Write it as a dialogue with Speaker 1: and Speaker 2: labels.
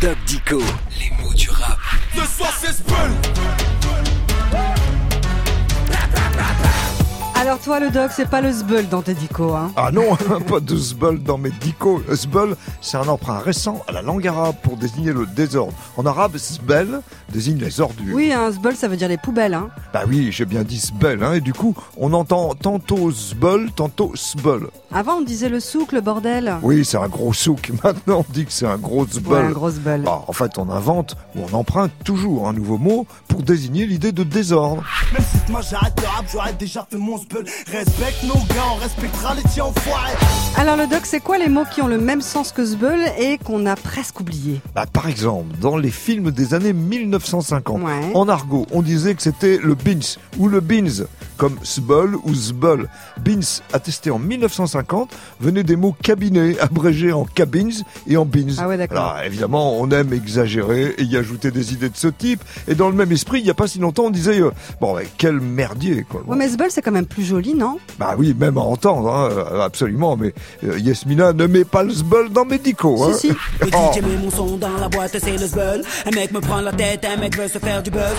Speaker 1: Doc Dico, les mots du rap.
Speaker 2: Ce soir c'est Spell
Speaker 3: Alors toi, le doc, c'est pas le zbeul dans tes dico, hein
Speaker 4: Ah non, pas de zbeul dans mes dicos. Zbeul, c'est un emprunt récent à la langue arabe pour désigner le désordre. En arabe, zbel désigne les ordures.
Speaker 3: Oui, un zbeul, ça veut dire les poubelles, hein
Speaker 4: Bah oui, j'ai bien dit zbel, hein, et du coup, on entend tantôt zbeul, tantôt zbeul.
Speaker 3: Avant, on disait le souk, le bordel.
Speaker 4: Oui, c'est un gros souk. Maintenant, on dit que c'est un gros
Speaker 3: Ouais,
Speaker 4: zbeul.
Speaker 3: un gros zbeul.
Speaker 4: Bah, en fait, on invente ou on emprunte toujours un nouveau mot pour désigner l'idée de désordre.
Speaker 2: Même si demain j'arrête le rap, j'aurai déjà fait mon Spell Respecte nos gars, on respectera les tiens enfoirés
Speaker 3: Alors le doc, c'est quoi les mots qui ont le même sens que zbeul et qu'on a presque oublié
Speaker 4: Bah, par exemple, dans les films des années 1950,
Speaker 3: Ouais.
Speaker 4: en argot, on disait que c'était le Beans ou le Beans, comme Sbol ou Zbol. Beans, attesté en 1950, venait des mots cabinet, abrégés en cabins et en beans.
Speaker 3: Ah ouais, d'accord.
Speaker 4: Alors, évidemment, on aime exagérer et y ajouter des idées de ce type. Et dans le même esprit, il n'y a pas si longtemps, on disait euh, Bon, ouais, quel merdier, quoi.
Speaker 3: Ouais, mais zbeul, c'est quand même plus joli, non
Speaker 4: Bah oui, même à entendre, hein, euh, absolument. Mais euh, Yasmina, ne mets pas le Sbol dans mes dicos. hein.
Speaker 3: Si, si.
Speaker 5: Le
Speaker 4: Oh.
Speaker 5: DJ met mon son dans la boîte, c'est le zbeul. Un mec me prend la tête, un mec veut se faire du buzz.